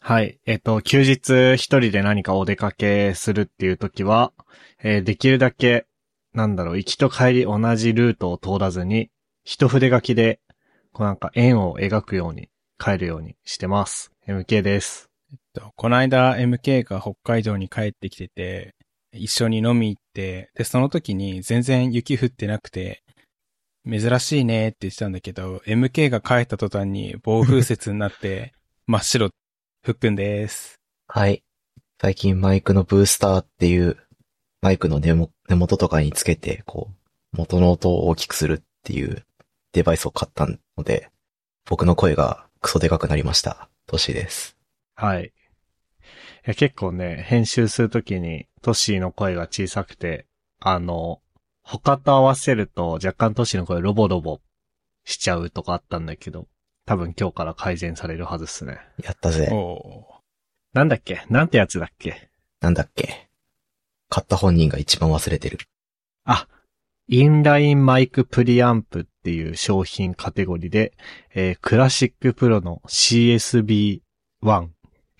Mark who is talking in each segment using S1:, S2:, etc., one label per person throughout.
S1: はい。えっと、休日一人で何かお出かけするっていう時は、えーできるだけ、なんだろう、行きと帰り同じルートを通らずに、一筆書きで、こうなんか円を描くように、帰るようにしてます。MK です。
S2: とこの間 MK が北海道に帰ってきてて、一緒に飲み行って、で、その時に全然雪降ってなくて、珍しいねって言ってたんだけど、MK が帰った途端に暴風雪にな って、真っ白、ふっくんです。
S3: はい。最近マイクのブースターっていう、マイクの根も根元とかにつけて、こう、元の音を大きくするっていうデバイスを買ったので、僕の声がクソでかくなりました。トシです。
S1: はい。いや結構ね、編集するときに、トッシーの声が小さくて、あの、他と合わせると若干トッシーの声ロボロボしちゃうとかあったんだけど、多分今日から改善されるはずっすね。
S3: やったぜ。
S2: おー
S1: なんだっけなんてやつだっけ
S3: なんだっけ。買った本人が一番忘れてる。
S1: あ、インラインマイクプリアンプっていう商品カテゴリーで、えークラシックプロの CSB1 っ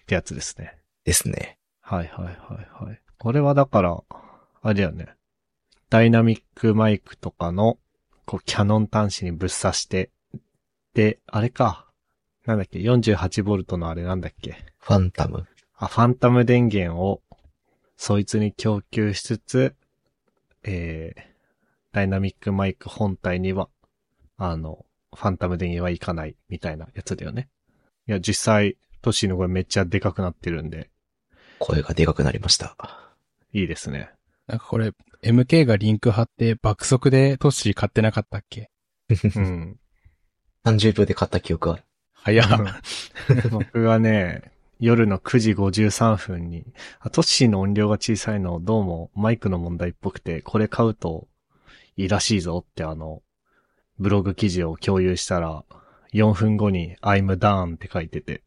S1: てやつですね。
S3: ですね。
S1: はいはいはいはい。これはだから、あれだよね。ダイナミックマイクとかの、こう、キャノン端子にぶっ刺して、で、あれか。なんだっけ ?48V のあれなんだっけ
S3: ファンタム。
S1: あ、ファンタム電源を、そいつに供給しつつ、えー、ダイナミックマイク本体には、あの、ファンタム電源はいかない、みたいなやつだよね。いや、実際、トシーの声めっちゃでかくなってるんで、
S3: 声がでかくなりました。
S1: いいですね。
S2: なんかこれ、MK がリンク貼って爆速でトッシー買ってなかったっけ
S1: うん。
S3: 30秒で買った記憶ある。
S2: 早っ。
S1: 僕がね、夜の9時53分に、あトッシーの音量が小さいの、どうもマイクの問題っぽくて、これ買うといいらしいぞってあの、ブログ記事を共有したら、4分後に I'm down って書いてて、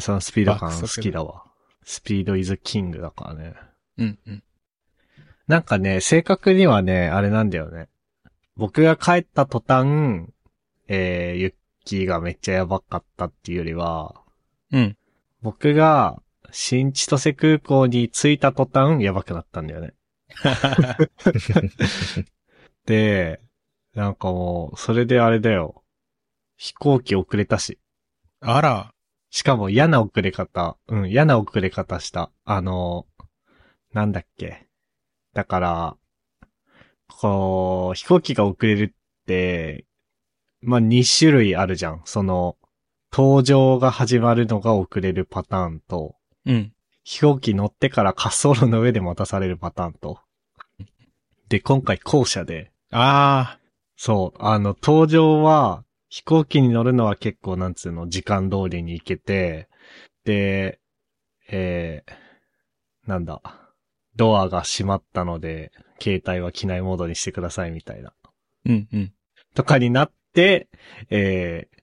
S1: そのスピード感好きだわ。スピード is king だからね。
S2: うんうん。
S1: なんかね、正確にはね、あれなんだよね。僕が帰った途端、えー、ユッキーがめっちゃやばかったっていうよりは、
S2: うん。
S1: 僕が新千歳空港に着いた途端、やばくなったんだよね。で、なんかもう、それであれだよ。飛行機遅れたし。
S2: あら、
S1: しかも嫌な遅れ方。うん、嫌な遅れ方した。あの、なんだっけ。だから、こう、飛行機が遅れるって、まあ、2種類あるじゃん。その、搭乗が始まるのが遅れるパターンと、
S2: うん。
S1: 飛行機乗ってから滑走路の上で待たされるパターンと。で、今回後者で、
S2: あ
S1: そう。あの、搭乗は、飛行機に乗るのは結構、なんつうの、時間通りに行けて、で、えー、なんだ、ドアが閉まったので、携帯は機内モードにしてくださいみたいな。
S2: ー。うんうん。
S1: とかになって、えー、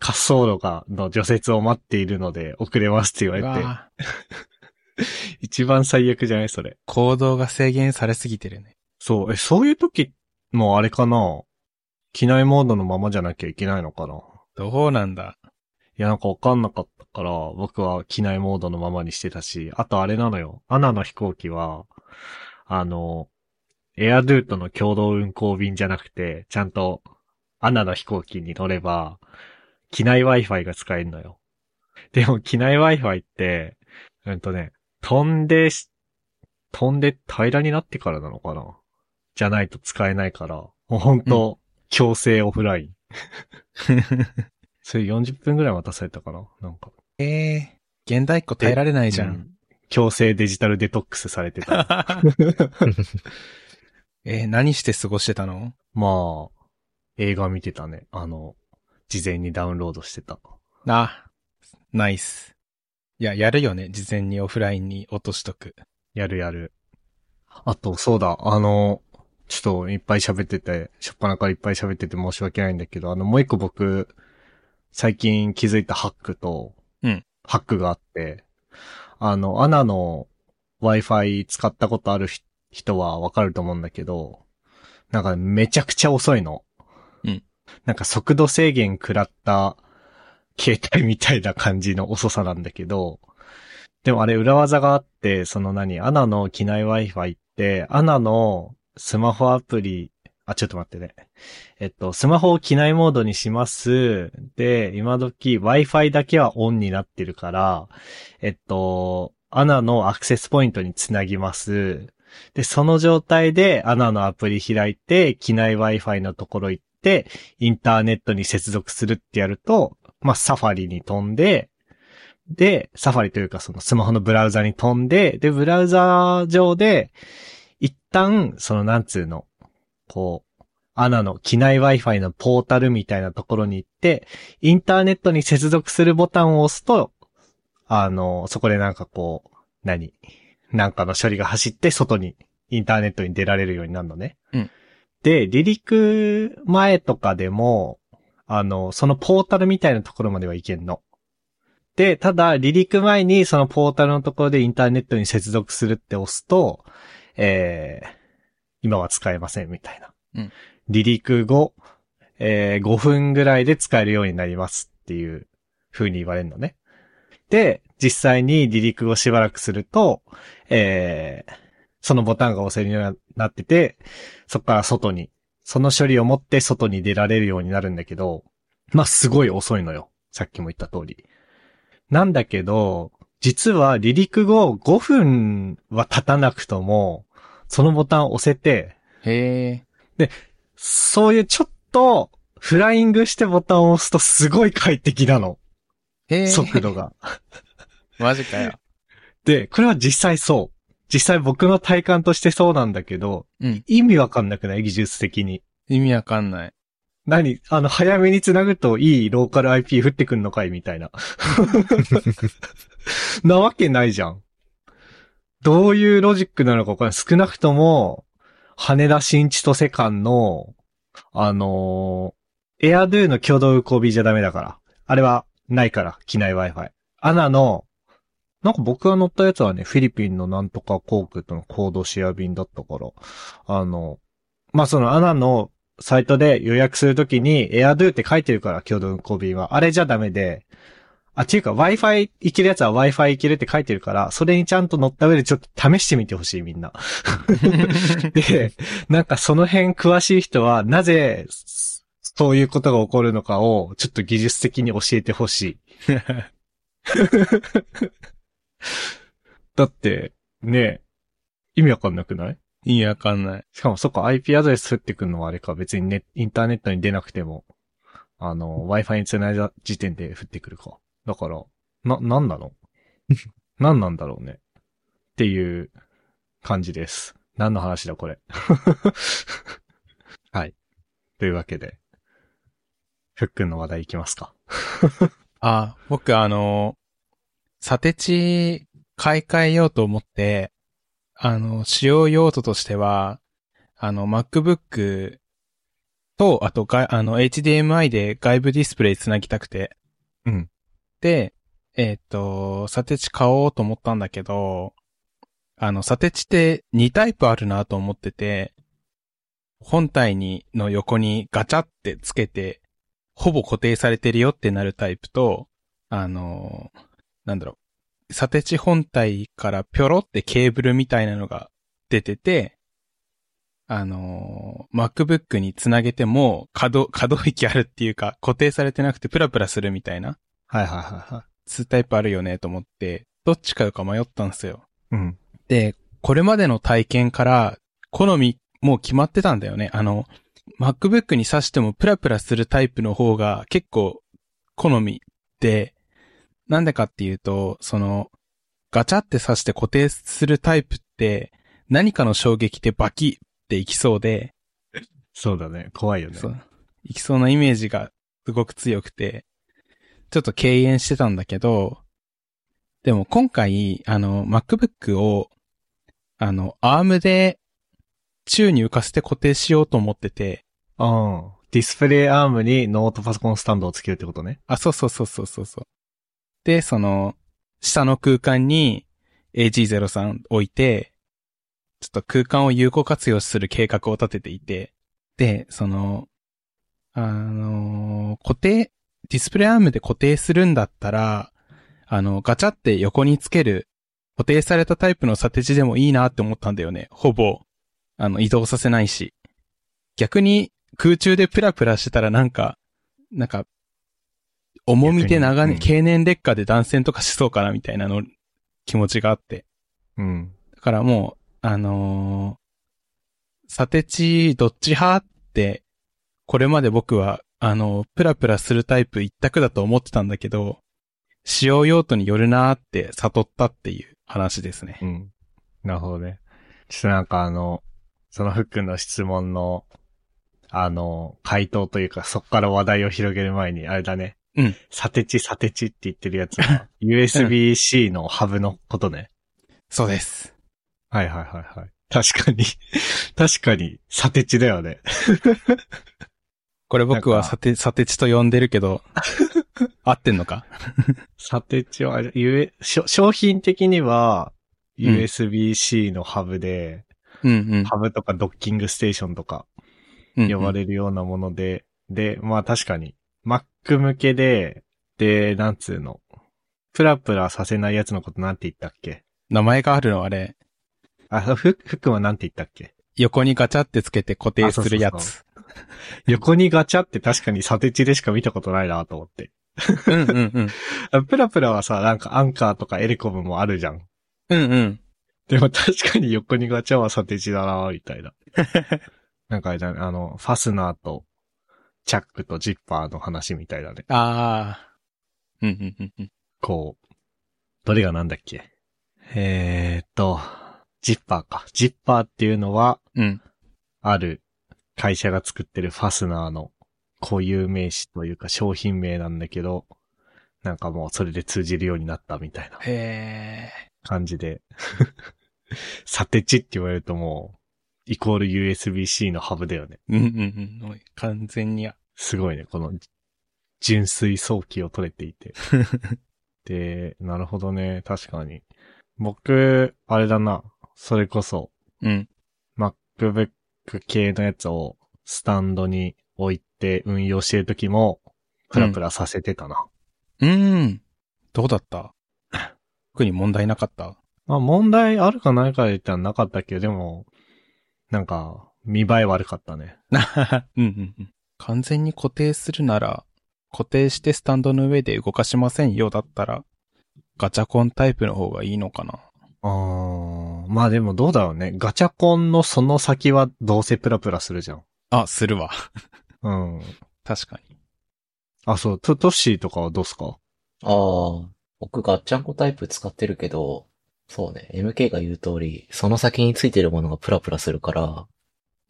S1: 滑走路が、の除雪を待っているので、遅れますって言わ
S2: う
S1: れて、
S2: わー
S1: 一番最悪じゃないそれ。
S2: 行動が制限されすぎてるね。
S1: そう、え、そういう時もあれかな機内モードのままじゃなきゃいけないのかな
S2: どうなんだ
S1: いや、なんかわかんなかったから、僕は機内モードのままにしてたし、あとあれなのよ。アナの飛行機は、あの、エアドゥーとの共同運航便じゃなくて、ちゃんと、アナの飛行機に乗れば、機内 Wi-Fi が使えるのよ。でも、機内 Wi-Fi って、うんとね、飛んでし、飛んで平らになってからなのかなじゃないと使えないから、もうほんと、強制オフライン。それ40分ぐらい待たされたかななんか。
S2: ええー、現代っ子耐えられないじゃ。
S1: うんん強制デジタルデトックスされてた。
S2: えー、何して過ごしてたの
S1: まあ、映画見てたね。あの、事前にダウンロードしてた。
S2: あ、ナイス。いや、やるよね。事前にオフラインに落としとく。
S1: やるやる。あと、そうだ、あの、ちょっといっぱい喋ってて、しょっぱなからいっぱい喋ってて申し訳ないんだけど、あの、もう一個僕、最近気づいたハックと、
S2: うん
S1: ハックがあって、あの、アナの Wi-Fi 使ったことあるひ人はわかると思うんだけど、なんかめちゃくちゃ遅いの。
S2: うん
S1: なんか速度制限食らった携帯みたいな感じの遅さなんだけど、でもあれ裏技があって、その何、アナの機内 Wi-Fi って、アナのスマホアプリ、あ、ちょっと待ってね。えっと、スマホを機内モードにします。で、今時 Wi-Fi だけはオンになってるから、えっと、アナのアクセスポイントにつなぎます。で、その状態でアナのアプリ開いて、機内 Wi-Fi のところ行って、インターネットに接続するってやると、まあ、サファリに飛んで、で、サファリというかそのスマホのブラウザに飛んで、で、ブラウザ上で、一旦、そのなんつうの、こう、アナの機内 Wi-Fi のポータルみたいなところに行って、インターネットに接続するボタンを押すと、あの、そこでなんかこう、何なんかの処理が走って外に、インターネットに出られるようになるのね。
S2: うん
S1: で、離陸前とかでも、あの、そのポータルみたいなところまでは行けんの。で、ただ、離陸前にそのポータルのところでインターネットに接続するって押すと、えー、今は使えませんみたいな。
S2: うん
S1: 離陸後、えー、5分ぐらいで使えるようになりますっていう風に言われるのね。で、実際に離陸後しばらくすると、えー、そのボタンが押せるようになってて、そこから外に、その処理を持って外に出られるようになるんだけど、まあ、すごい遅いのよ。さっきも言った通り。なんだけど、実は離陸後5分は経たなくとも、そのボタンを押せて、
S2: へえ。
S1: そういうちょっと、フライングしてボタンを押すとすごい快適なの。
S2: へえ。
S1: 速度が。
S2: マジかよ。
S1: で、これは実際そう。実際僕の体感としてそうなんだけど、
S2: うん。
S1: 意味わかんなくない技術的に。
S2: 意味わかん ない。
S1: 何あの、早めに繋ぐといいローカル IP 降ってくんのかいみたいな。なわけないじゃん。どういうロジックなのかわかんない。少なくとも、羽田新千歳間の、あのーエアドゥの共同運行便じゃダメだから。あれはないから、機内 Wi-Fi。アナの、なんか僕が乗ったやつはね、フィリピンのなんとか航空とのコードシェア便だったから、あの、まあ、そのアナのサイトで予約するときに AirDo って書いてるから、共同運行便は。あれじゃダメで、あ、っていうか Wi-Fi 行けるやつは Wi-Fi 行けるって書いてるから、それにちゃんと乗った上でちょっと試してみてほしい、みんな。で、なんかその辺詳しい人は、なぜ、そそういうことが起こるのかを、ちょっと技術的に教えてほしい。だって、ねえ、意味わかんなくない
S2: 意味わかんない。
S1: しかもそっか IP アドレス降ってくるのはあれか、別にね、インターネットに出なくても、あの、Wi-Fi に繋いだ時点で降ってくるか。だから、な、なんな のなんなんだろうね。っていう感じです。何の話だこれ。 はい。というわけで、ふっくんの話題いきますか。
S2: あ、僕あの、サテチ買い替えようと思って、あの、使用用途としては、あの、MacBook と、あとが、あの、HDMI で外部ディスプレイつなぎたくて。
S1: うん。
S2: で、えっ、と、サテチ買おうと思ったんだけど、あの、サテチって2タイプあるなと思ってて、本体に、の横にガチャってつけて、ほぼ固定されてるよってなるタイプと、あの、なんだろう、サテチ本体からぴょろってケーブルみたいなのが出てて、あの、MacBook につなげても可動、可動域あるっていうか固定されてなくてプラプラするみたいな、
S1: はいはいはいはい。
S2: 2タイプあるよねと思って、どっち買うか迷ったんですよ。
S1: うん。
S2: で、これまでの体験から、好み、もう決まってたんだよね。あの、MacBook に挿してもプラプラするタイプの方が結構、好みで、なんでかっていうと、その、ガチャって挿して固定するタイプって、何かの衝撃でバキっていきそうで、
S1: そうだね。怖いよね。
S2: そう。行きそうなイメージがすごく強くて、ちょっと敬遠してたんだけど、でも今回、あの、MacBook を、あの、ARM で宙に浮かせて固定しようと思ってて、
S1: うん。ディスプレイアームにノートパソコンスタンドをつけるってことね。
S2: あ、そうそうそうそうそうそう。で、その、下の空間に AG03 置いて、ちょっと空間を有効活用する計画を立てていて、で、その、あのー固定、ディスプレイアームで固定するんだったら、あの、ガチャって横につける、固定されたタイプのサテジでもいいなって思ったんだよね。ほぼ、あの、移動させないし。逆に、空中でプラプラしてたらなんか、なんか、重みで
S1: 逆
S2: 長
S1: にうん
S2: 年、経年劣化で断線とかしそうかなみたいなの、気持ちがあって。
S1: うん。
S2: だからもう、あのーサテチどっち派って、これまで僕は、あのプラプラするタイプ一択だと思ってたんだけど、使用用途によるなーって悟ったっていう話ですね
S1: う。ん。なるほどね。ちょっとなんかあの、そのふっくんの質問の、あの、回答というか、そこから話題を広げる前に、あれだね。
S2: うん。
S1: サテチ、サテチって言ってるやつが、USB-C のハブのことね。
S2: そうです。
S1: はいはいはいはい。確かに。 確かに、サテチだよね。
S2: これ僕
S1: なん
S2: は
S1: か
S2: サテ、サテチと呼んでる けど、合ってんのか
S1: サテチは、ゆえ、しょ商品的には、
S2: ん
S1: USB-C のハブで、
S2: うん
S1: ハブとかドッキングステーションとか
S2: うん。
S1: 呼ば
S2: る。
S1: れるようなもので、で、まあ確かに、Mac 向けで、で、なんつうの、プラプラさせないやつのことなんて言ったっけ
S2: 名前があるのあれ、
S1: あ、ふ、ふっくんはなんて言ったっけ
S2: 横にガチャってつけて固定するや
S1: あそう
S2: つ。
S1: 横にガチャって確かにサテチでしか見たことないなと思って。
S2: うんうんうん。
S1: あプラプラはさ、なんかアンカーとかエレコムもあるじゃん。
S2: うんうん。
S1: でも確かに横にガチャはサテチだなみた いな。なんかあれだね、あの、ファスナーと、チャックとジッパーの話みたいだね。
S2: ああ。うんうんうんうん。
S1: こう、どれがなんだっけえーっと、ジッパーか。ジッパーっていうのは、
S2: うん。
S1: ある会社が作ってるファスナーの固有名詞というか商品名なんだけど、なんかもうそれで通じるようになったみたいな
S2: へえ。
S1: 感じで。 サテチって言われるともう、イコール USB-C のハブだよね。
S2: うんうんうん。もう完全に、
S1: すごいね、この、純粋早期を取れてい て。で、なるほどね、確かに。僕、あれだな、それこそ、
S2: うん。
S1: MacBook 系のやつをスタンドに置いて運用してる時も、プラプラさせてたな。
S2: うん。どうだった特に問題なか った
S1: まあ問題あるかないかで言ったらなかったっけど、でも、なんか、見栄え悪かったね。
S2: うんうんうん。完全に固定するなら、固定してスタンドの上で動かしませんよだったら、ガチャコンタイプの方がいいのかな
S1: あー、まあでもどうだろうね。ガチャコンのその先はどうせプラプラするじゃん。
S2: あ、するわ。
S1: うん。
S2: 確かに。
S1: あ、そう、トトッシーとかはどうすか
S3: ああ、僕ガッチャンコタイプ使ってるけど、そうね、MK が言う通り、その先についてるものがプラプラするから、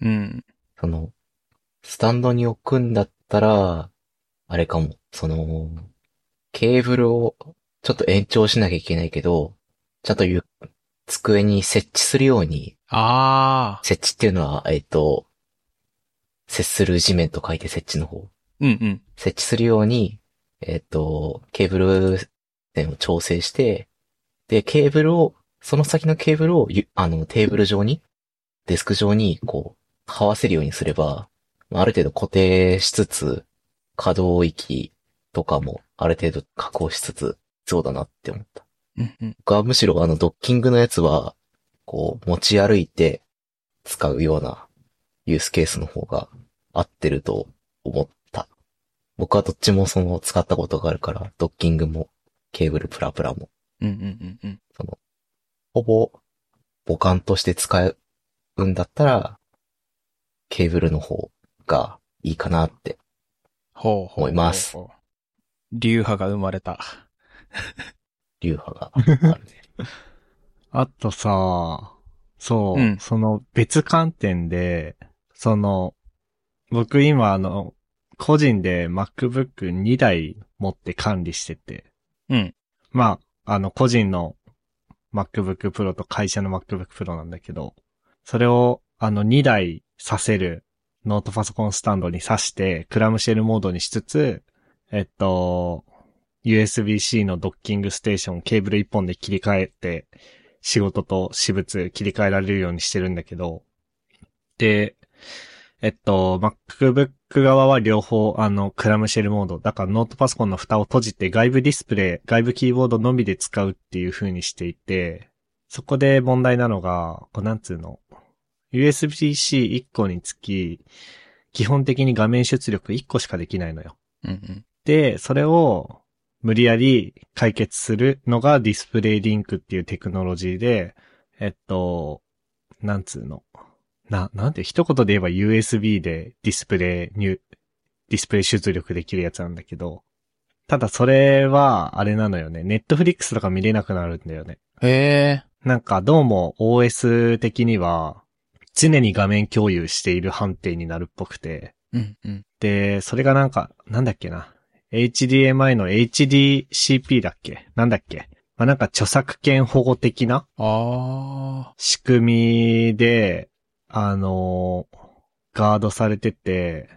S2: うん。
S3: その、スタンドに置くんだったら、あれかも、その、ケーブルをちょっと延長しなきゃいけないけど、ちゃんとゆ机に設置するように、
S2: ああ。
S3: 設置っていうのは、えっ、と、接する地面と書いて設置の方。
S2: うんうん。
S3: 設置するように、えっ、と、ケーブル線を調整して、で、ケーブルを、その先のケーブルをゆ、あの、テーブル上に、デスク上に、こう、這わせるようにすれば、まあある程度固定しつつ、可動域とかも、ある程度確保しつつ、そうだなって思った。
S2: うんうん。
S3: 僕はむしろあの、ドッキングのやつは、こう、持ち歩いて使うようなユースケースの方が合ってると思った。僕はどっちもその使ったことがあるから、ドッキングもケーブルプラプラも、
S2: うんうんうんうん。
S3: ほぼ母艦として使うんだったら、ケーブルの方がいいかなって。
S2: ほうほうほう。
S3: 思います。
S2: 流派が生まれた。
S3: 流派があるね。
S1: あとさ、そう、
S2: うん
S1: その別観点で、その、僕今あの、個人で MacBook2 台持って管理してて、
S2: うん。
S1: まあ、あの、個人の MacBook Pro と会社の MacBook Pro なんだけど、それを、あの、2台させるノートパソコンスタンドに挿して、クラムシェルモードにしつつ、えっと、USB-C のドッキングステーションケーブル1本で切り替えて、仕事と私物切り替えられるようにしてるんだけど、で、えっと、MacBook 側は両方、あの、クラムシェルモード。だからノートパソコンの蓋を閉じて外部ディスプレイ、外部キーボードのみで使うっていう風にしていて、そこで問題なのが、こうなんつうの、USB-C1 個につき、基本的に画面出力1個しかできないのよ。
S2: うんうん。
S1: で、それを無理やり解決するのがディスプレイリンクっていうテクノロジーで、えっと、なんつうの。な、なんて一言で言えば USB でディスプレイ入、ディスプレイ出力できるやつなんだけど、ただそれはあれなのよね。ネットフリックスとか見れなくなるんだよね。
S2: へえ。
S1: なんかどうも OS 的には常に画面共有している判定になるっぽくて、
S2: うんうん。
S1: で、それがなんか、なんだっけな。HDMI の HDCP だっけなんだっけまあ、なんか著作権保護的な
S2: あ
S1: 仕組みで、あのーガードされてて、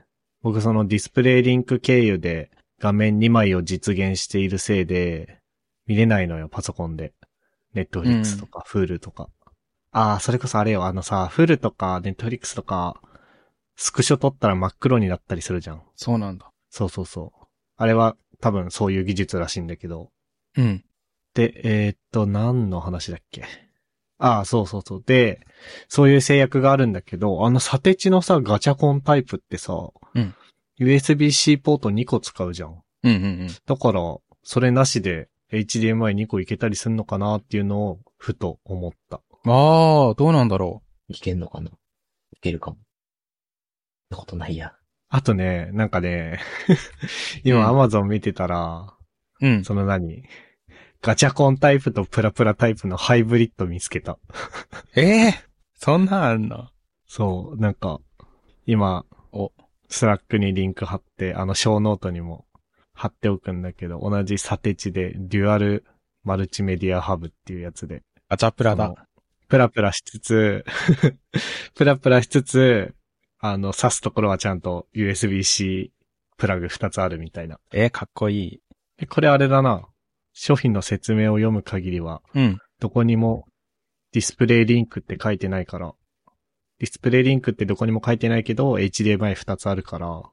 S1: 僕そのディスプレイリンク経由で画面2枚を実現しているせいで、見れないのよ、パソコンで。ネットフリックスとか、フールとか。ああ、それこそあれよ、あのさ、フールとか、ネットフリックスとか、スクショ撮ったら真っ黒になったりするじゃん
S2: ー。。そうなんだ。
S1: そうそうそう。あれは多分そういう技術らしいんだけど。
S2: うん。
S1: で、えーっと、何の話だっけああ、そうそうそう。で、そういう制約があるんだけど、あのサテチのさ、ガチャコンタイプってさ、
S2: うん、
S1: USB-C ポート2個使うじゃん。
S2: うんうんうん。
S1: だから、それなしで HDMI2 個いけたりするのかなっていうのを、ふと思った。
S2: ああ、どうなんだろ
S3: いけんのかないけるかも。ってことないや。
S1: あとね、なんかね、
S2: う
S1: 今
S2: ん
S1: Amazon 見てたら、
S2: う。うん。
S1: その何ガチャコンタイプとプラプラタイプのハイブリッド見つけた。
S2: ええそんなんあんの
S1: そう、なんか、今、
S2: お
S1: スラックにリンク貼って、あの、小ノートにも貼っておくんだけど、同じサテチで、デュアルマルチメディアハブっていうやつで、
S2: ガチャプラだ
S1: そ。のプラプラしつつ、 プラプラしつつ、あの、挿すところはちゃんと USB-C プラグ2つあるみたいな。
S2: えー、かっこいい。
S1: えこれあれだな。商品の説明を読む限りは、
S2: うん。
S1: どこにもディスプレイリンクって書いてないから、ディスプレイリンクってどこにも書いてないけど、HDMI2 つあるから、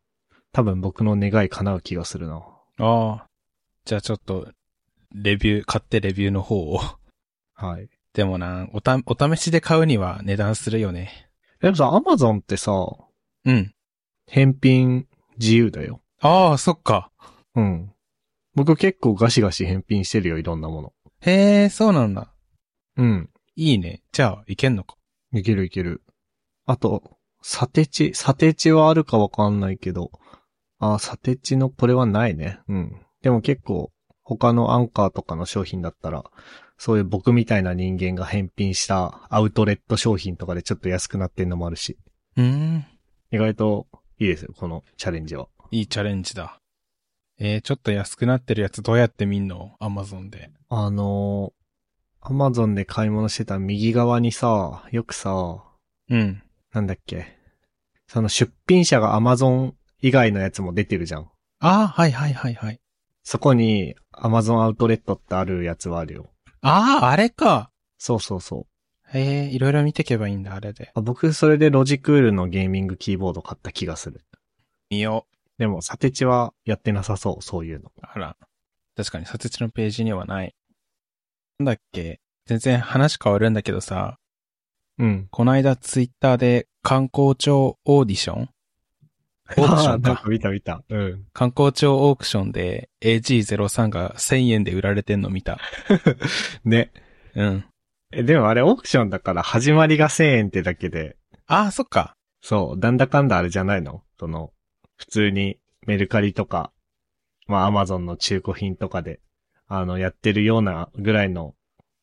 S1: 多分僕の願い叶う気がするな。
S2: ああ。じゃあちょっと、レビュー、買ってレビューの方を。
S1: はい。
S2: でもな、おた、お試しで買うには値段するよね。
S1: でもさ、Amazon ってさ、
S2: うん。
S1: 返品自由だよ。
S2: ああ、そっか。
S1: うん。僕結構ガシガシ返品してるよ、いろんなもの。
S2: へえ、そうなんだ。
S1: うん。
S2: いいね。じゃあ、いけんのか。
S1: いけるいける。あと、サテチ、サテチはあるかわかんないけど、あー、サテチのこれはないね。うん。でも結構、他のアンカーとかの商品だったら、そういう僕みたいな人間が返品したアウトレット商品とかでちょっと安くなってんのもあるし、
S2: うーん。
S1: 意外といいですよ、このチャレンジは。
S2: いいチャレンジだ。えー、ちょっと安くなってるやつどうやって見んのアマゾンで。
S1: あのー、アマゾンで買い物してた右側にさ、よくさ、
S2: うん。
S1: なんだっけ。その出品者がアマゾン以外のやつも出てるじゃん。
S2: ああ、はいはいはいはい。
S1: そこに Amazon アウトレットってあるやつはあるよ。
S2: ああ、あれか。
S1: そうそうそう。
S2: へえ、いろいろ見てけばいいんだ、あれで。
S1: あ僕、それでロジクールのゲーミングキーボード買った気がする。
S2: 見よ
S1: でも、サテチはやってなさそう、そういうの
S2: う。。あら。確かに、撮影のページにはない。なんだっけ全然話変わるんだけどさ、
S1: うん。
S2: こないだツイッターで観光庁オーディション オーク ション
S1: なん
S2: か
S1: か。見た見た。うん。
S2: 観光庁オークションで AG03 が1000円で売られてんの見た。
S1: ね。
S2: うん。
S1: え、でもあれオークションだから始まりが1000円ってだけで、
S2: ああ、そっか。
S1: そう、なんだかんだあれじゃないのその、普通にメルカリとか、まあ Amazon の中古品とかで、あの、やってるようなぐらいの、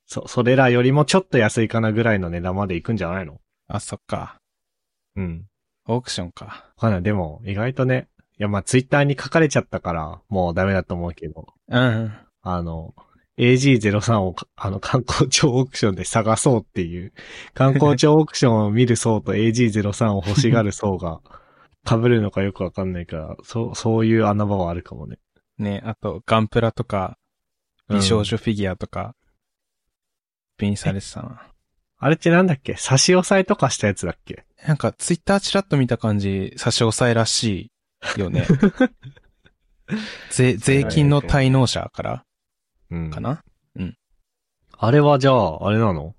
S1: そ、それらよりもちょっと安いかなぐらいの値段までいくんじゃないの
S2: あ、そっか。
S1: うん。
S2: オークションか。
S1: わかんない。でも、意外とね、いや、まあ、ツイッターに書かれちゃったから、もうダメだと思うけど、
S2: うん。
S1: あの、AG03 をか、あの、観光庁オークションで探そうっていう、観光庁オークションを見る層と AG03 を欲しがる層 が被るのかよくわかんないから、そう、そういう穴場はあるかもね。
S2: ね、あと、ガンプラとか、美少女フィギュアとか、ピンされてたな。
S1: あれってなんだっけ差し押さえとかしたやつだっけ
S2: なんか、ツイッターチラッと見た感じ、差し押さえらし いよね。税、税金の滞納者から
S1: うん。
S2: かな
S1: あれはじゃあ、あれなの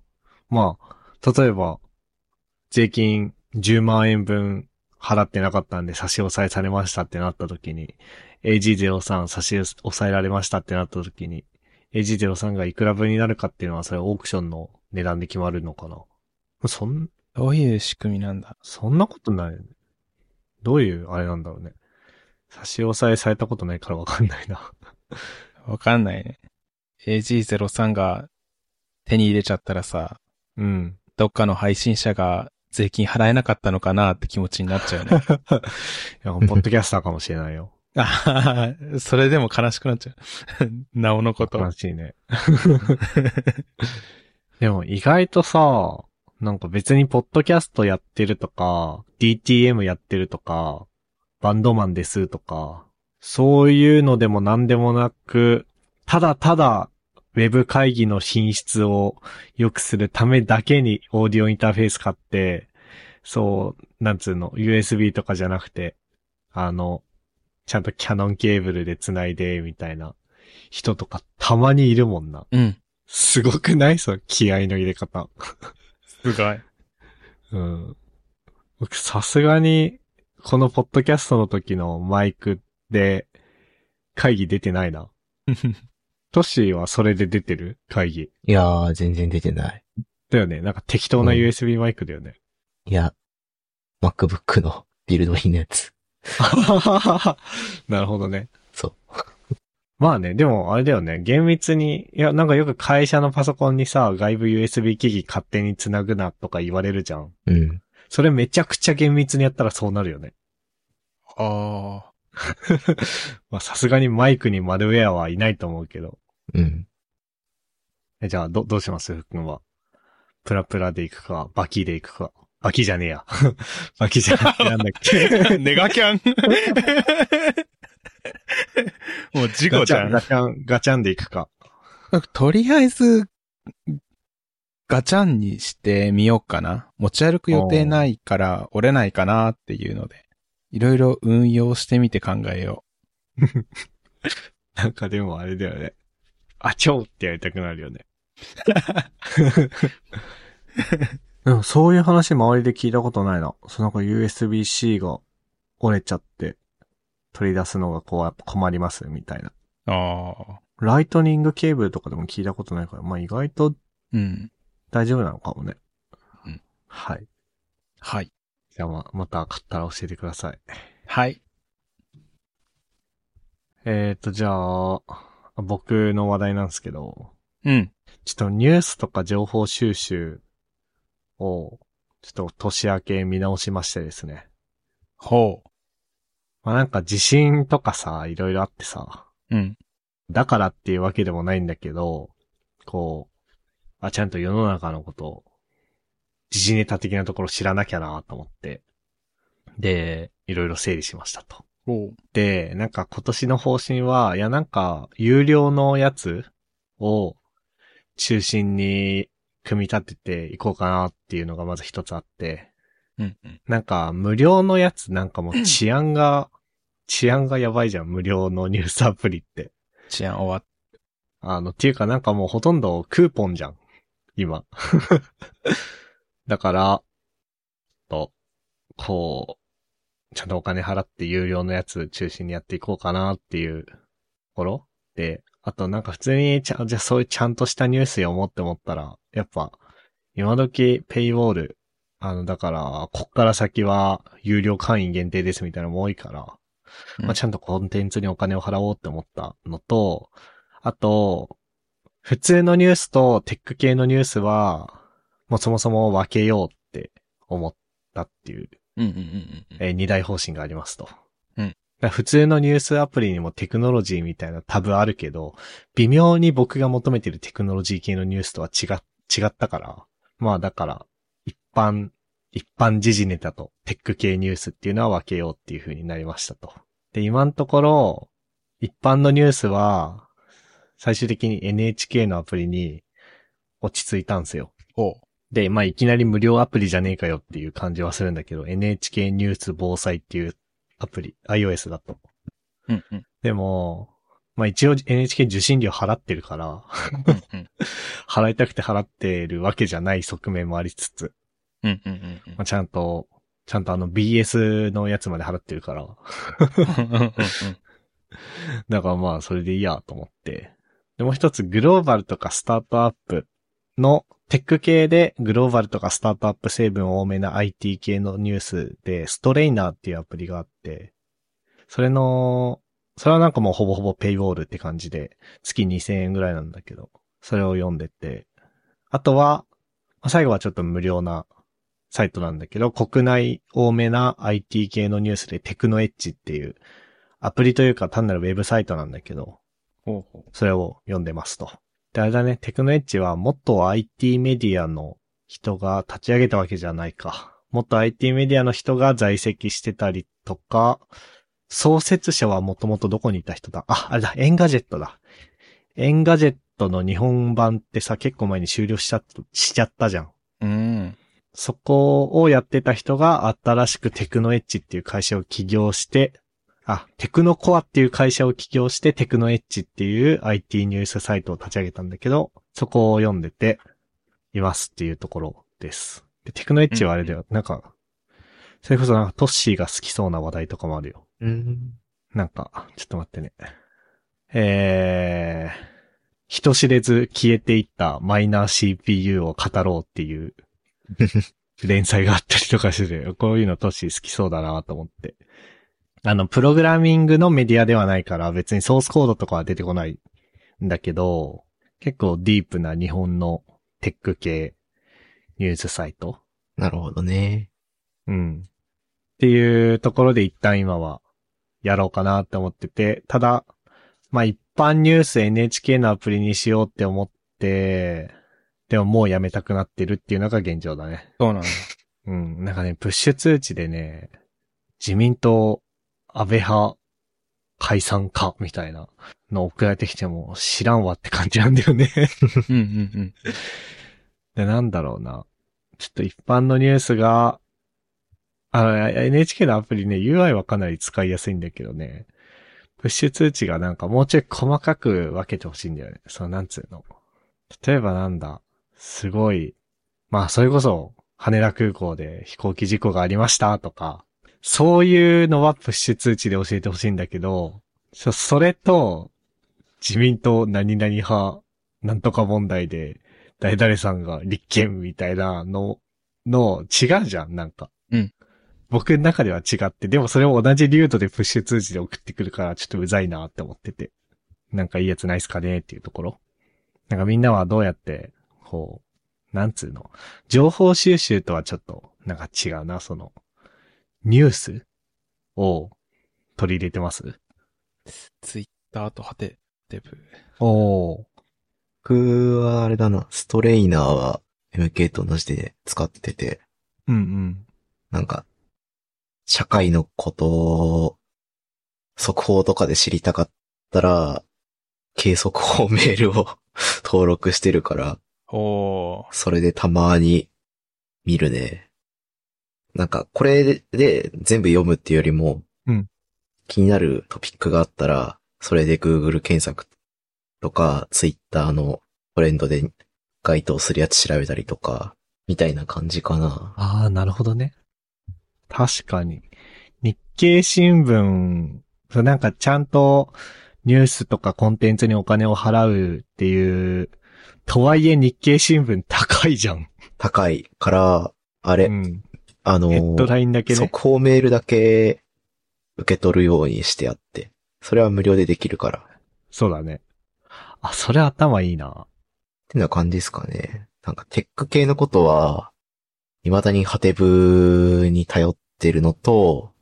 S1: まあ、例えば、税金10万円分払ってなかったんで差し押さえされましたってなった時に、AG03 差し押さえられましたってなった時に、AG03 がいくら分になるかっていうのは、それオークションの値段で決まるのかなそん、
S2: どういう仕組みなんだ
S1: そんなことないよね。どういう、あれなんだろうね。差し押さえされたことないからわかんないな。
S2: わかんないね。AG03 が手に入れちゃったらさ、
S1: うん。
S2: どっかの配信者が税金払えなかったのかなって気持ちになっちゃう
S1: い
S2: ね。
S1: や、ポッドキャスターかもしれないよ。
S2: あははそれでも悲しくなっちゃう。 なおのこと。
S1: 悲しいね。 でも意外とさ、なんか別にポッドキャストやってるとか、DTM やってるとか、バンドマンですとか、そういうのでも何でもなく、ただただ、ウェブ会議の品質を良くするためだけにオーディオインターフェース買って、そう、なんつうの、USB とかじゃなくて、あの、ちゃんとキャノンケーブルで繋いで、みたいな人とかたまにいるもんな。
S2: うん。
S1: すごくないその気合の入れ方。
S2: すごい。
S1: うん。僕、さすがに、このポッドキャストの時のマイクで、会議出てないな。トッシーはそれで出てる会議。
S3: いやー、全然出てない。
S1: だよね。なんか適当な
S3: うん
S1: USB マイクだよね。
S3: いや、MacBook のビルドインのやつ。
S1: なるほどね。
S3: そう。
S1: まあね、でもあれだよね。厳密に、いや、なんかよく会社のパソコンにさ、外部 USB 機器勝手に繋ぐなとか言われるじゃん。
S3: うん。
S1: それめちゃくちゃ厳密にやったらそうなるよね。
S2: ああ。
S1: まあさすがにマイクにマルウェアはいないと思うけど。
S3: うん。
S1: え、じゃあ、ど、どうしますふっくんは。プラプラで行くか、バキで行くか。バキじゃねえや。 バキじゃなくてなんだっ け。
S2: ネガキャンもう事故じゃん。
S1: ガチャン、ガチャンで行くか。
S2: なんかとりあえず、ガチャンにしてみようかな。持ち歩く予定ないから折れないかなっていうので、いろいろ運用してみて考えよ
S1: なんかでもあれだよね。あちょうってやりたくなるよね。 でもそういう話周りで聞いたことないな。そのなんか USB-C が折れちゃって取り出すのがこう困りますみたいな。
S2: う。ああ。
S1: ライトニングケーブルとかでも聞いたことないから、まあ意外と
S2: うん。
S1: 大丈夫なのかもね。
S2: うん
S1: はい。
S2: はい。
S1: じゃあまあ、また買ったら教えてください。
S2: はい。
S1: えーと、じゃあ、僕の話題なんですけど、
S2: うん。
S1: ちょっとニュースとか情報収集を、ちょっと年明け見直しましてですね。
S2: ほ
S1: まあなんか地震とかさ、いろいろあってさ、
S2: う。うん。
S1: だからっていうわけでもないんだけど、こう、あ、ちゃんと世の中のことを、時事ネタ的なところ知らなきゃなと思って、で、いろいろ整理しましたと。
S2: ほう。
S1: で、なんか今年の方針は、いやなんか、有料のやつを中心に組み立てていこうかなっていうのがまず一つあって、
S2: うん。うん
S1: なんか無料のやつなんかもう治安が、治安がやばいじゃん、無料のニュースアプリって。
S2: 治安終わっ
S1: あの、っていうかなんかもうほとんどクーポンじゃん。今。 だから、と、こう、ちゃんとお金払って有料のやつ中心にやっていこうかなっていうところで、あとなんか普通にちゃん、じゃあそういうちゃんとしたニュース読もうって思ったら、やっぱ、今時ペイウォール、あの、だから、こっから先は有料会員限定ですみたいなのも多いから、
S2: うん
S1: まあ、ちゃんとコンテンツにお金を払おうって思ったのと、あと、普通のニュースとテック系のニュースは、もうそもそも分けようって思ったっていう、
S2: うんうんうんうん。
S1: えー二大方針がありますと。
S2: うん
S1: だから普通のニュースアプリにもテクノロジーみたいなタブあるけど、微妙に僕が求めてるテクノロジー系のニュースとは違っ、違ったから、まあだから、一般、一般時事ネタとテック系ニュースっていうのは分けようっていう風になりましたと。で、今のところ、一般のニュースは、最終的に NHK のアプリに落ち着いたんですよ。
S2: ほ
S1: で、まあ、いきなり無料アプリじゃねえかよっていう感じはするんだけど、NHK ニュース防災っていうアプリ、iOS だと。
S4: うんうん。
S1: でも、まあ一応 NHK 受信料払ってるから、
S4: うんうん。
S1: 払いたくて払ってるわけじゃない側面もありつつ、
S4: うんうんうんうん
S1: まあ、ちゃんと、ちゃんとあの BS のやつまで払ってるから、
S4: うんうんうん
S1: だからまあそれでいいやと思って。で、もう一つグローバルとかスタートアップのテック系でグローバルとかスタートアップ成分多めな IT 系のニュースでストレイナーっていうアプリがあって、それの、それはなんかもうほぼほぼペイウォールって感じで、月2000円ぐらいなんだけど、それを読んでて。あとは、まあ最後はちょっと無料なサイトなんだけど、国内多めな IT 系のニュースでテクノエッジっていうアプリというか単なるウェブサイトなんだけど、
S4: ほうほ
S1: それを読んでますと。で、あれだね、テクノエッジは元 IT メディアの人が立ち上げたわけじゃないか。元 IT メディアの人が在籍してたりとか、創設者はもともとどこにいた人だあ、あれだ、エンガジェットだ。エンガジェットの日本版ってさ、結構前に終了しちゃった、しちゃったじゃん。
S4: う。うん。
S1: そこをやってた人が新しくテクノエッジっていう会社を起業して、あ、テクノコアっていう会社を起業してテクノエッジっていう IT ニュースサイトを立ち上げたんだけど、そこを読んでて、いますっていうところです。で、テクノエッジはあれだよ。なんか、それこそなんかトッシーが好きそうな話題とかもあるよ。
S3: うん。
S1: なんか、ちょっと待ってね。えー、人知れず消えていったマイナー CPU を語ろうっていう連載があったりとかしてて、こういうのトシ好きそうだなと思って。あの、プログラミングのメディアではないから別にソースコードとかは出てこないんだけど、結構ディープな日本のテック系ニュースサイト
S3: なるほどね。
S1: うん。っていうところで一旦今はやろうかなって思ってて、ただ、まあ一般ニュース NHK のアプリにしようって思って、でももうやめたくなってるっていうのが現状だね。
S2: そう なんだ。
S1: うん、なんかね、プッシュ通知でね、自民党、安倍派、解散か、みたいなの送られてきても知らんわって感じなんだよね。
S4: うんうんうん。
S1: で、なんだろうな。ちょっと一般のニュースが、あの、NHK のアプリね、UI はかなり使いやすいんだけどね、プッシュ通知がなんかもうちょい細かく分けてほしいんだよね。その、なんつうの。例えばなんだ、すごい、まあ、それこそ、羽田空港で飛行機事故がありましたとか、そういうのはプッシュ通知で教えてほしいんだけど、ちょそれと、自民党何々派、なんとか問題で、誰々さんが立憲みたいなの、の、違うじゃん、なんか。
S4: うん。
S1: 僕の中では違って、でもそれを同じルートでプッシュ通知で送ってくるから、ちょっとうざいなって思ってて。なんかいいやつないっすかねっていうところ。なんかみんなはどうやって、こう、なんつうの。情報収集とはちょっと、なんか違うな、その、ニュースを取り入れてます
S2: ツイッターとハテデブ。
S1: おー。
S3: 僕はあれだな、ストレイナーは MK と同じで使ってて、
S1: うんうん。
S3: なんか、社会のことを、速報とかで知りたかったら、計測法メールを 登録してるから、
S2: おー。
S3: それでたまに見るね。なんか、これで全部読むっていうよりも、
S1: うん
S3: 気になるトピックがあったら、それで Google 検索とか、Twitter のトレンドで該当するやつ調べたりとか、みたいな感じかな。
S1: ああ、なるほどね。確かに。日経新聞、そうなんかちゃんとニュースとかコンテンツにお金を払うっていう、とはいえ日経新聞高いじゃん。
S3: 高いから、あれ、
S1: うん。
S3: あのー
S1: ヘッドラインだけね。
S3: 速報メールだけ受け取るようにしてあって、それは無料でできるから。っ
S1: そうだね。あ、それ頭いいな。
S3: てな感じですかね。なんかテック系のことは、未だにハテブに頼ってるのと、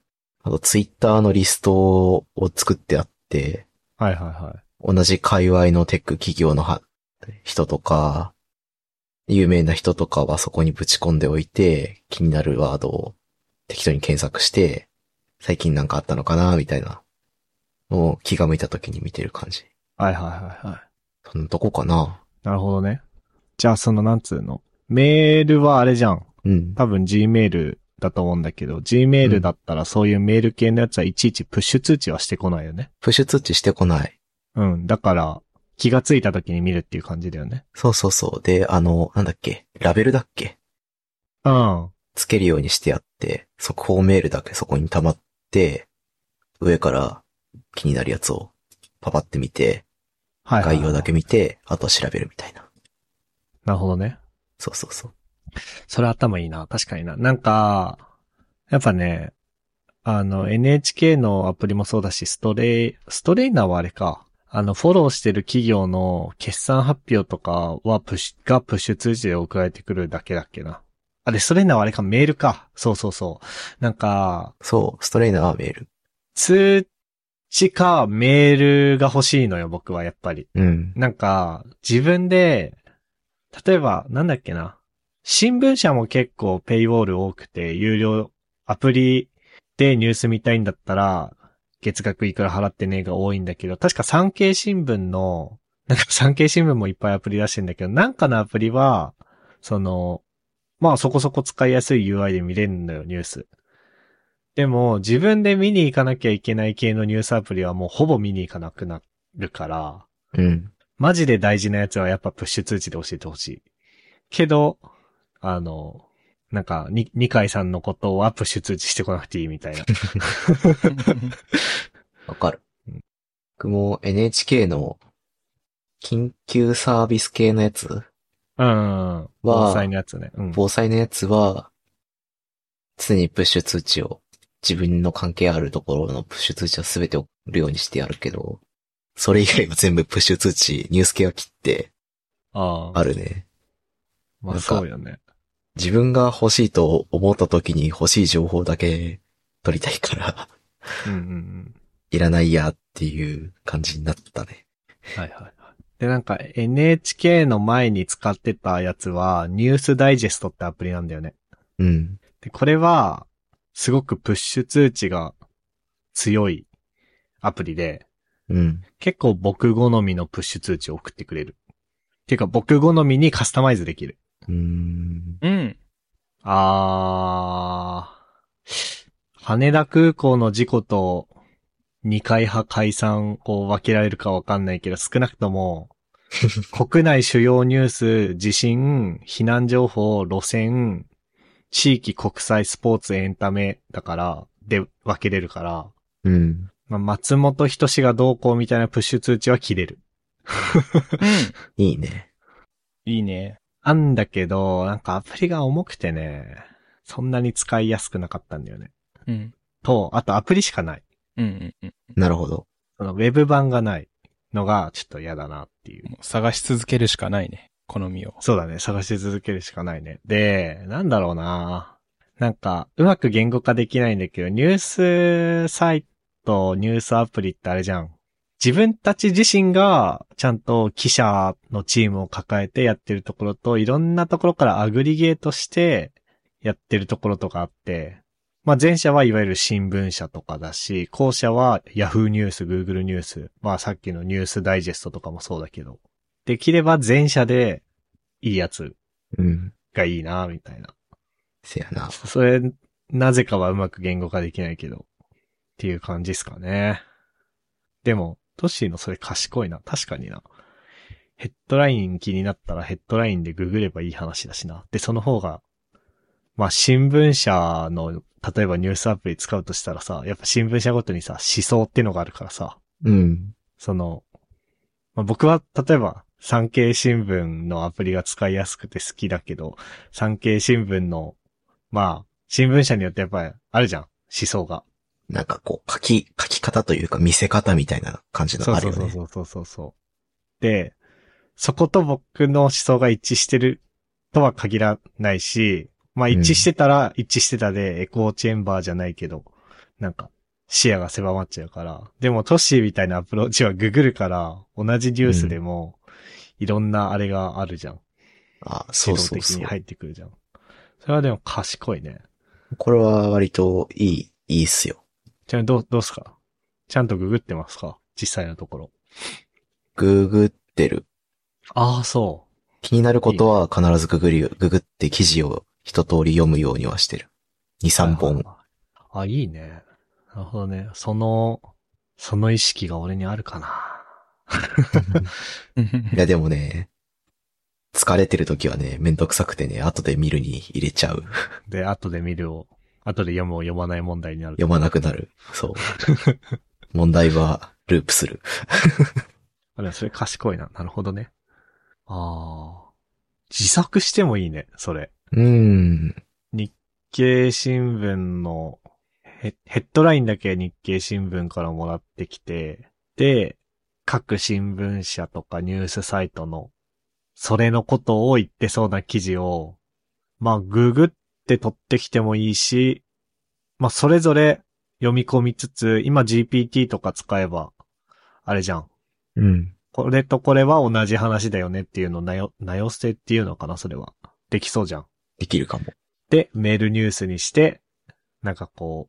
S3: あとツイッターのリストを作ってあって、
S1: はいはいはい。
S3: 同じ界隈のテック企業のは人とか、有名な人とかはそこにぶち込んでおいて、気になるワードを適当に検索して、最近なんかあったのかな、みたいなのを気が向いた時に見てる感じ。
S1: はいはいはいはい。
S3: そのとこかな。
S1: なるほどね。じゃあそのなんつうの、メールはあれじゃん。
S3: うん。
S1: 多分 Gmail だと思うんだけど、Gmail だったらそういうメール系のやつはいちいちプッシュ通知はしてこないよね。
S3: プッシュ通知してこない。
S1: うん。だから、気がついた時に見るっていう感じだよね。
S3: そうそうそう。で、あの、なんだっけ、ラベルだっけ
S1: うん。
S3: つけるようにしてあって、速報メールだけそこに溜まって、上から気になるやつをパパって見て、
S1: はい、
S3: 概要だ。け見て、あとは調べるみたいな。
S1: なるほどね。
S3: そうそうそう。
S1: それ頭いいな。確かにな。なんか、やっぱね、あの、NHK のアプリもそうだし、ストレイ、ストレイナーはあれか。あの、フォローしてる企業の決算発表とかはプッシュ、がプッシュ通知で送られてくるだけだっけな。あれ、ストレイナーはあれか、メールか。そうそうそう。なんか、
S3: そう、ストレイナーはメール。
S1: 通知かメールが欲しいのよ、僕はやっぱり。
S3: うん。
S1: なんか、自分で、例えば、なんだっけな。新聞社も結構ペイウォール多くて、有料アプリでニュース見たいんだったら、月額いくら払ってねえが多いんだけど、確か産経新聞の、なんか産経新聞もいっぱいアプリ出してんだけど、なんかのアプリは、その、まあそこそこ使いやすい UI で見れるのよ、ニュース。でも、自分で見に行かなきゃいけない系のニュースアプリはもうほぼ見に行かなくなるから、
S3: うん。
S1: マジで大事なやつはやっぱプッシュ通知で教えてほしい。けど、あの、なんか、に、二階さんのことはプッシュ通知してこなくていいみたいな。
S3: わかる
S1: うん。
S3: 僕も NHK の緊急サービス系のやつ、
S1: うん。防災のやつね。うん。
S3: 防災のやつは、常にプッシュ通知を、自分の関係あるところのプッシュ通知は全て送るようにしてやるけど、それ以外は全部プッシュ通知、ニュース系は切って
S1: ああ。
S3: あるね。
S1: ま
S3: な
S1: あ
S3: んか
S1: そうよね。
S3: 自分が欲しいと思った時に欲しい情報だけ取りたいから、
S1: うんうんうん。
S3: いらないやっていう感じになったね。
S1: はいはいはい。で、なんか NHK の前に使ってたやつは、ニュースダイジェストってアプリなんだよね。
S3: うん。
S1: で、これは、すごくプッシュ通知が強いアプリで、
S3: うん。
S1: 結構僕好みのプッシュ通知を送ってくれる。ていうか僕好みにカスタマイズできる。
S3: うーん。
S4: うん。
S1: あー。羽田空港の事故と二階派解散を分けられるかわかんないけど、少なくとも、国内主要ニュース、地震、避難情報、路線、地域国際スポーツエンタメだから、で分けれるから、
S3: うん。
S1: まあ、松本人志がどうこうみたいなプッシュ通知は切れる。
S3: いいね。
S2: いいね。
S1: あんだけど、なんかアプリが重くてね、そんなに使いやすくなかったんだよね。
S4: うん。
S1: と、あとアプリしかない。
S4: うん。うん。うん。
S3: なるほど。
S1: そのウェブ版がないのがちょっと嫌だなっていう。
S2: もう探し続けるしかないね。好みを。
S1: そうだね、探し続けるしかないね。で、なんだろうななんか、うまく言語化できないんだけど、ニュースサイト、ニュースアプリってあれじゃん。自分たち自身がちゃんと記者のチームを抱えてやってるところと、いろんなところからアグリゲートしてやってるところとかあって、まあ前者はいわゆる新聞社とかだし、後者は Yahoo ニュース、Google ニュース、まあさっきのニュースダイジェストとかもそうだけど、できれば前者でいいやつ
S3: うん。
S1: がいいな、みたいな。
S3: せやな。
S1: それ、なぜかはうまく言語化できないけど、っていう感じですかね。でも、トッシーのそれ賢いな。確かにな。ヘッドライン気になったらヘッドラインでググればいい話だしな。で、その方が、まあ、新聞社の、例えばニュースアプリ使うとしたらさ、やっぱ新聞社ごとにさ、思想ってのがあるからさ、
S3: うん。
S1: その、まあ、僕は例えば産経新聞のアプリが使いやすくて好きだけど、産経新聞の、まあ、新聞社によってやっぱりあるじゃん、思想が。
S3: なんかこう、書き、書き方というか見せ方みたいな感じの
S1: そ
S3: あ
S1: う
S3: る
S1: そ
S3: よ
S1: うそう
S3: ね。
S1: そうそうそうで、そこと僕の思想が一致してるとは限らないし、まあ
S3: うん
S1: 一致してたら一致してたで、エコーチェンバーじゃないけど、なんか視野が狭まっちゃうから。でもトシーみたいなアプローチはググるから、同じニュースでも、いろんなあれがあるじゃん。
S3: あ、そ
S1: 自動
S3: うそう
S1: 的
S3: そ
S1: に
S3: う。
S1: 入ってくるじゃん。それはでも賢いね。
S3: これは割といい、いいっすよ。
S1: ちなみにどう、どうすかちゃんとググってますか実際のところ。
S3: ググってる。
S1: ああ、そう。
S3: 気になることは必ずググり、ググって記事を一通り読むようにはしてる。2、3本。。
S1: あ、いいね。なるほどね。その、その意識が俺にあるかな。
S3: いやでもね、疲れてる時はね、めんどくさくてね、後で見るに入れちゃう。
S1: で、後で見るを、後で読むを読まない問題になる。
S3: 読まなくなる。 そう。問題は、ループする。
S1: あ、でもそれ賢いな。なるほどね。ああ。自作してもいいね、それ。
S3: うーん。
S1: 日経新聞のヘヘッドラインだけ日経新聞からもらってきて、で、各新聞社とかニュースサイトの、それのことを言ってそうな記事を、まあ、ググって取ってきてもいいし、まあ、それぞれ読み込みつつ、今 GPT とか使えば、あれじゃん。
S3: うん。
S1: これとこれは同じ話だよねっていうのなよ、なよせっていうのかな、それは。できそうじゃん。
S3: できるかも。
S1: で、メールニュースにして、なんかこ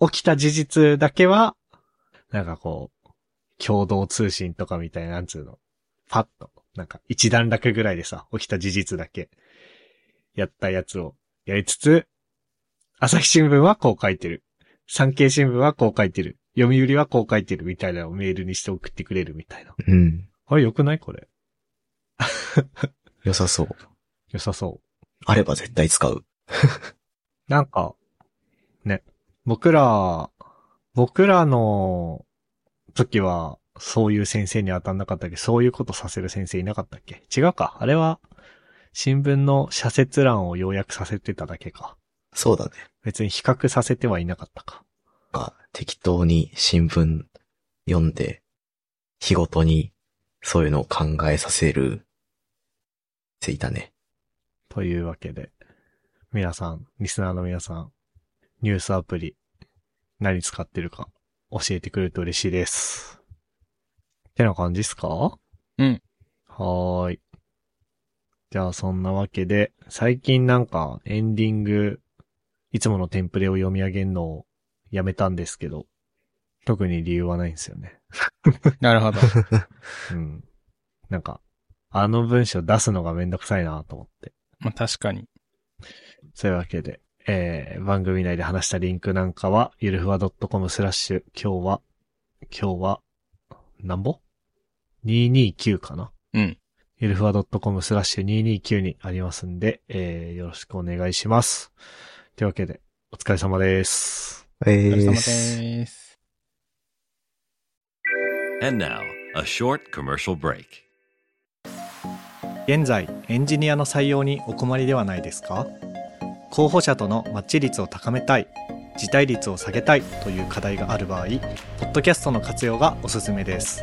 S1: う、起きた事実だけは、なんかこう、共同通信とかみたいな、なんつうの、パッと、なんか一段落ぐらいでさ、起きた事実だけ、やったやつをやりつつ、朝日新聞はこう書いてる。産経新聞はこう書いてる。読売はこう書いてるみたいなのをメールにして送ってくれるみたいな。
S3: うん。
S1: あれ、良くないこれ。
S3: 良さそう。
S1: 良さそう。
S3: あれば絶対使う。
S1: なんか、ね、僕ら、僕らの時は、そういう先生に当たんなかったっけそういうことさせる先生いなかったっけ違うかあれは、新聞の社説欄を要約させてただけか。
S3: そうだね。
S1: 別に比較させてはいなかったか。
S3: まあ、適当に新聞読んで、日ごとにそういうのを考えさせる、せいたね。
S1: というわけで、皆さん、リスナーの皆さん、ニュースアプリ、何使ってるか、教えてくれると嬉しいです。ってな感じっすか
S4: うん。
S1: はーい。じゃあ、そんなわけで、最近なんか、エンディング、いつものテンプレを読み上げるのをやめたんですけど、特に理由はないんですよね。
S4: なるほど。
S1: うん。なんか、あの文章出すのがめんどくさいなと思って。
S2: まあ確かに。
S1: そういうわけで、えー、番組内で話したリンクなんかは、ゆるふわ .com スラッシュ、今日は、今日は、なんぼ ?229 かな
S4: うん。
S1: ゆるふわ .com スラッシュ229にありますんで、えー、よろしくお願いします。というわけで、お疲れ様です。
S2: お
S3: え
S2: 疲れ様で
S3: ー、
S2: す。
S5: And now, a short commercial break.
S1: 現在エンジニアの採用にお困りではないですか候補者とのマッチ率を高めたい辞退率を下げたいという課題がある場合ポッドキャストの活用がおすすめです